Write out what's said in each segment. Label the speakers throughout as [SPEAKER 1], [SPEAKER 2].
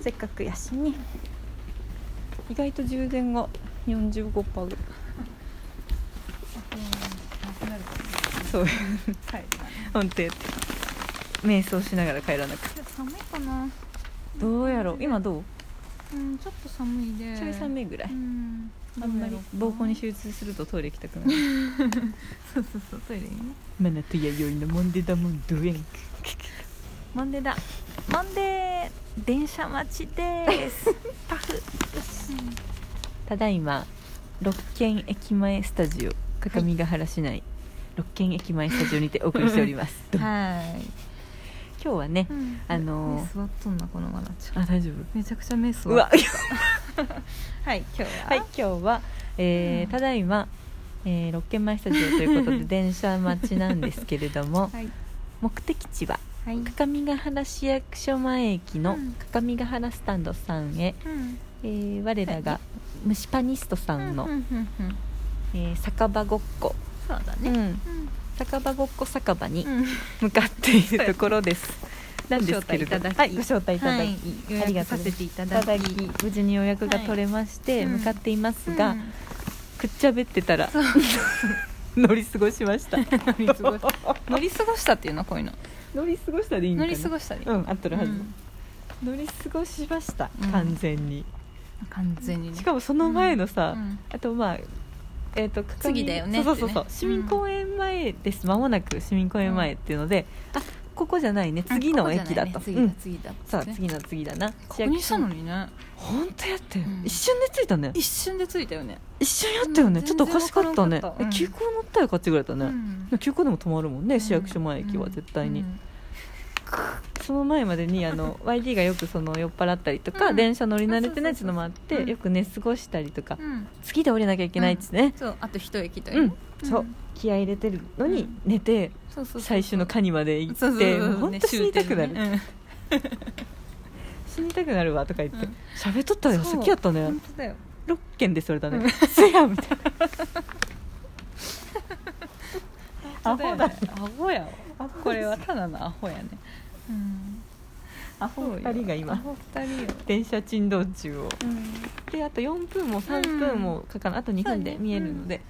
[SPEAKER 1] せっかくやしに意外と充電が45%ぐらい
[SPEAKER 2] なくなるかも
[SPEAKER 1] そう
[SPEAKER 2] はい
[SPEAKER 1] 本当やって瞑想しながら帰らなくて
[SPEAKER 2] ちょっと寒いかな
[SPEAKER 1] どうやろう今どう
[SPEAKER 2] うんちょっと寒いで
[SPEAKER 1] ちょい寒いぐらい
[SPEAKER 2] うん
[SPEAKER 1] あんまり膀胱に
[SPEAKER 2] し
[SPEAKER 1] 手術するとトイレ行きたくなる
[SPEAKER 2] そうそうそうトイレにね
[SPEAKER 1] マナと弥生のモンデダモンドゥエンモンデだモンデー電車待ちです パフただいま六軒駅前スタジオ各務原市内、六軒駅前スタジオにてお送りしておりますどうも
[SPEAKER 2] はい
[SPEAKER 1] 今日はね、
[SPEAKER 2] うん
[SPEAKER 1] あのー
[SPEAKER 2] 目座っとんなこのまなちゃん
[SPEAKER 1] あ大丈
[SPEAKER 2] めちゃくちゃ目座
[SPEAKER 1] 夫うわ
[SPEAKER 2] はい今日は
[SPEAKER 1] はい、今日は、えー
[SPEAKER 2] うん
[SPEAKER 1] ただいま、えー、六軒前スタジオということ で電車待ちなんですけれども、
[SPEAKER 2] はい
[SPEAKER 1] 目的地は
[SPEAKER 2] はい
[SPEAKER 1] 各務原市役所前駅の
[SPEAKER 2] うん
[SPEAKER 1] 各務原スタンドさんへ、
[SPEAKER 2] うん
[SPEAKER 1] えー我らが虫パニストさんの、
[SPEAKER 2] うんうんうんうん
[SPEAKER 1] えー酒場ごっこ、
[SPEAKER 2] そうだ
[SPEAKER 1] う
[SPEAKER 2] ね
[SPEAKER 1] ん、酒場ごっこ酒場に
[SPEAKER 2] うんうん
[SPEAKER 1] 向かっているところです。なんですけれど
[SPEAKER 2] ご招待いただき
[SPEAKER 1] はい、ご招待いただき、
[SPEAKER 2] はい予約
[SPEAKER 1] ありがとうござ
[SPEAKER 2] させていた
[SPEAKER 1] い
[SPEAKER 2] だ
[SPEAKER 1] ま
[SPEAKER 2] き
[SPEAKER 1] すいただき無事に予約が取れまして、
[SPEAKER 2] はい
[SPEAKER 1] 向かっていますが、
[SPEAKER 2] うん
[SPEAKER 1] くっちゃべってたら 乗り過ごしました乗
[SPEAKER 2] り 過ごし乗り過ごしたっていうのこういうの
[SPEAKER 1] 乗り過ごしたでいいんか
[SPEAKER 2] 乗
[SPEAKER 1] な
[SPEAKER 2] り過ごしたでいい
[SPEAKER 1] うん合ってるはず、
[SPEAKER 2] うん
[SPEAKER 1] 乗り過ごしました、
[SPEAKER 2] うん
[SPEAKER 1] 完全に
[SPEAKER 2] 完全にね
[SPEAKER 1] しかもその前のさ、
[SPEAKER 2] うん
[SPEAKER 1] あとまあえー、と各務
[SPEAKER 2] 次だよね
[SPEAKER 1] そうそうそうそう、
[SPEAKER 2] ってね
[SPEAKER 1] 市民公園前です間もなく市民公園前っていうので、あここじゃないね次の駅だと、
[SPEAKER 2] あここじゃ
[SPEAKER 1] う
[SPEAKER 2] ないね
[SPEAKER 1] ん
[SPEAKER 2] 次だ次
[SPEAKER 1] さ
[SPEAKER 2] だ
[SPEAKER 1] あ次の次だな
[SPEAKER 2] ここにしたのにね
[SPEAKER 1] 本当やったよ、
[SPEAKER 2] うん
[SPEAKER 1] 一瞬で着いたね
[SPEAKER 2] 一瞬で着いたよね
[SPEAKER 1] 一瞬やったよね、
[SPEAKER 2] うん
[SPEAKER 1] ちょっとおかしかったね
[SPEAKER 2] 全然わからんかったうん
[SPEAKER 1] え急行乗ったよかってぐらいだね、
[SPEAKER 2] うん
[SPEAKER 1] 休校でも止まるもんね、市役所前駅は絶対に、
[SPEAKER 2] うん
[SPEAKER 1] その前までにあ の YD がよくその酔っ払ったりとか、
[SPEAKER 2] うん
[SPEAKER 1] 電車乗り慣れてないっていうのもあっ
[SPEAKER 2] そうそうそ
[SPEAKER 1] て
[SPEAKER 2] うそう
[SPEAKER 1] よく寝過ごしたりとか、
[SPEAKER 2] うん
[SPEAKER 1] 次で降りなきゃいけないっつってね
[SPEAKER 2] そうあと一駅だ
[SPEAKER 1] うん、
[SPEAKER 2] よね
[SPEAKER 1] そう気合い入れてるのに
[SPEAKER 2] うん
[SPEAKER 1] 寝て、
[SPEAKER 2] そうそうそう
[SPEAKER 1] 最終のカニまで行って
[SPEAKER 2] そうそうそう
[SPEAKER 1] もう本当死にたくなる、
[SPEAKER 2] ね終点ね
[SPEAKER 1] 死にたくなるわとか言って
[SPEAKER 2] うん
[SPEAKER 1] 喋、っとったよ
[SPEAKER 2] そう
[SPEAKER 1] 好きやった
[SPEAKER 2] うん
[SPEAKER 1] ね
[SPEAKER 2] 本当だよ
[SPEAKER 1] 6軒でそれだ
[SPEAKER 2] うん
[SPEAKER 1] ね「せや」みたいなア
[SPEAKER 2] 本当
[SPEAKER 1] ホ
[SPEAKER 2] よ
[SPEAKER 1] だ
[SPEAKER 2] ねアホやわこれはただのアホやねうんアホ
[SPEAKER 1] 二人が今
[SPEAKER 2] アホ二人よ
[SPEAKER 1] 電車珍道中を
[SPEAKER 2] うん
[SPEAKER 1] であと4分も3分もかかる、あと2分で見えるので、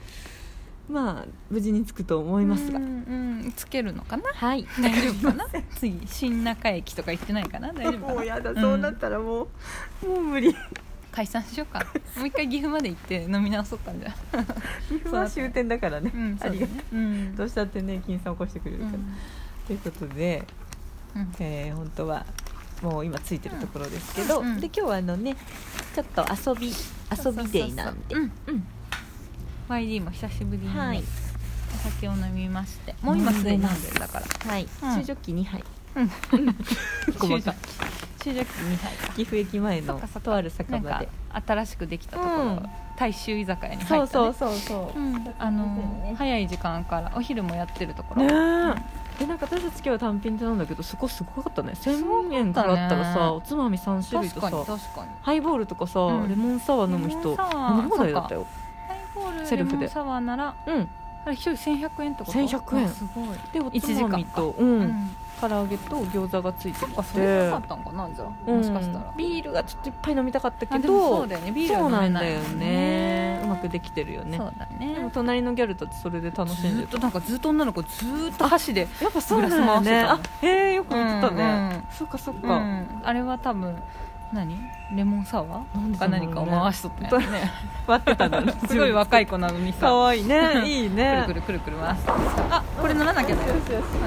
[SPEAKER 1] まあ無事に着くと思いますが、
[SPEAKER 2] うんうんつけるのかな
[SPEAKER 1] はい
[SPEAKER 2] 大丈夫 かな次新中駅とか行ってないかな大丈夫
[SPEAKER 1] も
[SPEAKER 2] か
[SPEAKER 1] う
[SPEAKER 2] な
[SPEAKER 1] やだ、
[SPEAKER 2] ん
[SPEAKER 1] そうなったらもうもう無 理
[SPEAKER 2] 解散しようかもう一回岐阜まで行って飲み直そうかんじゃ
[SPEAKER 1] 岐阜は終点だからね、
[SPEAKER 2] うん
[SPEAKER 1] あ
[SPEAKER 2] そうだ
[SPEAKER 1] りが
[SPEAKER 2] ね
[SPEAKER 1] と
[SPEAKER 2] うん
[SPEAKER 1] うどうしたってね金さん起こしてくれるから、ということで、
[SPEAKER 2] うん
[SPEAKER 1] えー本当はもう今ついてるところですけど、
[SPEAKER 2] うんうん
[SPEAKER 1] で今日はあのねちょっと遊び遊びデイなんで
[SPEAKER 2] そうそう
[SPEAKER 1] うん
[SPEAKER 2] YD も久しぶりにね、
[SPEAKER 1] はい
[SPEAKER 2] お酒を飲みましてもう今すでに飲んでるだから
[SPEAKER 1] はい、
[SPEAKER 2] うん
[SPEAKER 1] 中ジョッキ2杯
[SPEAKER 2] うん
[SPEAKER 1] 細かい
[SPEAKER 2] 中弱2杯か
[SPEAKER 1] 岐阜駅前の
[SPEAKER 2] そっかそっか
[SPEAKER 1] とある酒
[SPEAKER 2] な
[SPEAKER 1] 場
[SPEAKER 2] んか
[SPEAKER 1] で
[SPEAKER 2] 新しくできたところ、
[SPEAKER 1] うん
[SPEAKER 2] 大衆居酒屋に入った、ね、
[SPEAKER 1] そうそうそうそう、
[SPEAKER 2] うんあのー早い時間からお昼もやってるところ、
[SPEAKER 1] ねえでなんか私たち今日は単品ってなんだけどそこすごかったね1000円かかったら
[SPEAKER 2] そう
[SPEAKER 1] さ
[SPEAKER 2] だね
[SPEAKER 1] おつまみ3種類
[SPEAKER 2] 確
[SPEAKER 1] と
[SPEAKER 2] かに確
[SPEAKER 1] さ
[SPEAKER 2] かに
[SPEAKER 1] ハイボールとかさ、
[SPEAKER 2] うん
[SPEAKER 1] レモンサワー飲む人
[SPEAKER 2] レモンサワー
[SPEAKER 1] 飲み放題だったよ
[SPEAKER 2] ハイボール
[SPEAKER 1] セ
[SPEAKER 2] セ
[SPEAKER 1] ル
[SPEAKER 2] ル
[SPEAKER 1] フ
[SPEAKER 2] フ
[SPEAKER 1] で
[SPEAKER 2] でサワーなら
[SPEAKER 1] うん
[SPEAKER 2] あれ一人1100円ってこと
[SPEAKER 1] 1100円
[SPEAKER 2] あすごい
[SPEAKER 1] でお
[SPEAKER 2] 1時
[SPEAKER 1] つまみ
[SPEAKER 2] 間か
[SPEAKER 1] と、うん
[SPEAKER 2] うん
[SPEAKER 1] 唐揚げと餃子がついて
[SPEAKER 2] あ
[SPEAKER 1] き
[SPEAKER 2] それ
[SPEAKER 1] て
[SPEAKER 2] なかったんかなじゃあ、
[SPEAKER 1] うん
[SPEAKER 2] もしかしたら
[SPEAKER 1] ビールがちょっといっぱい飲みたかったけ
[SPEAKER 2] あ
[SPEAKER 1] ど
[SPEAKER 2] でもそうだよねビール
[SPEAKER 1] そうな
[SPEAKER 2] は
[SPEAKER 1] ん
[SPEAKER 2] 飲め
[SPEAKER 1] だ
[SPEAKER 2] ない
[SPEAKER 1] よ
[SPEAKER 2] もん
[SPEAKER 1] ねうまくできてるよね
[SPEAKER 2] そうだね
[SPEAKER 1] でも隣のギャルたちそれで楽しん
[SPEAKER 2] ず
[SPEAKER 1] で
[SPEAKER 2] ったとなんかずっと女の子ずっと箸で
[SPEAKER 1] やっぱそうなんだよね
[SPEAKER 2] グラス
[SPEAKER 1] あ
[SPEAKER 2] 回して
[SPEAKER 1] へえよく言ってたね、
[SPEAKER 2] うん
[SPEAKER 1] そっかそっ
[SPEAKER 2] う
[SPEAKER 1] か、
[SPEAKER 2] んあれは多分何レモンサワ
[SPEAKER 1] なん
[SPEAKER 2] ー
[SPEAKER 1] で
[SPEAKER 2] か
[SPEAKER 1] だろうね
[SPEAKER 2] 何かを回しとったんやろね
[SPEAKER 1] 割ってた んだね
[SPEAKER 2] すごい若い子なのに
[SPEAKER 1] か
[SPEAKER 2] さ
[SPEAKER 1] わいい ねいいね
[SPEAKER 2] くるくるくるくる回すあこれならなきゃだよな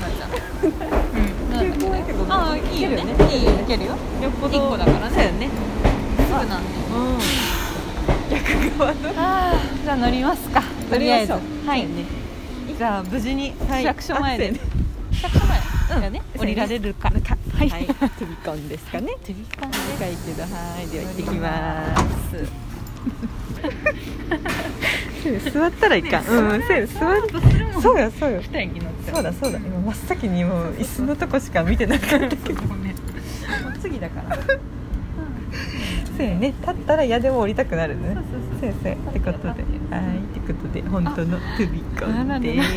[SPEAKER 2] らちゃんうん ならなきゃだ
[SPEAKER 1] 結
[SPEAKER 2] よ
[SPEAKER 1] 構
[SPEAKER 2] ああいいよ
[SPEAKER 1] い
[SPEAKER 2] ね
[SPEAKER 1] けるよね
[SPEAKER 2] いいよいけるよ
[SPEAKER 1] よっぽど
[SPEAKER 2] 一個だからね
[SPEAKER 1] そうよね
[SPEAKER 2] すぐなん
[SPEAKER 1] う
[SPEAKER 2] で
[SPEAKER 1] ん逆側の
[SPEAKER 2] あーじゃあ乗りますかとりあえず
[SPEAKER 1] 乗りましょう
[SPEAKER 2] はいじゃあ無事に市役所前で、市役所前だよね、
[SPEAKER 1] うん
[SPEAKER 2] 降りられるかはい、
[SPEAKER 1] はい飛び込んですかね
[SPEAKER 2] 飛び込んで
[SPEAKER 1] 近いけどはいでは行ってきます座ったらいかん、うんそうや座るそうやそうや
[SPEAKER 2] 二駅乗って
[SPEAKER 1] そうだそうだ今真っ先にもう椅子のとこしか見てなかったけど
[SPEAKER 2] もうねもう次だから
[SPEAKER 1] そうやね立ったら屋でも降りたくなるね
[SPEAKER 2] そうそうそう
[SPEAKER 1] そうやそうやってことではいってことで本当の飛び込
[SPEAKER 2] あら
[SPEAKER 1] ん
[SPEAKER 2] ら
[SPEAKER 1] です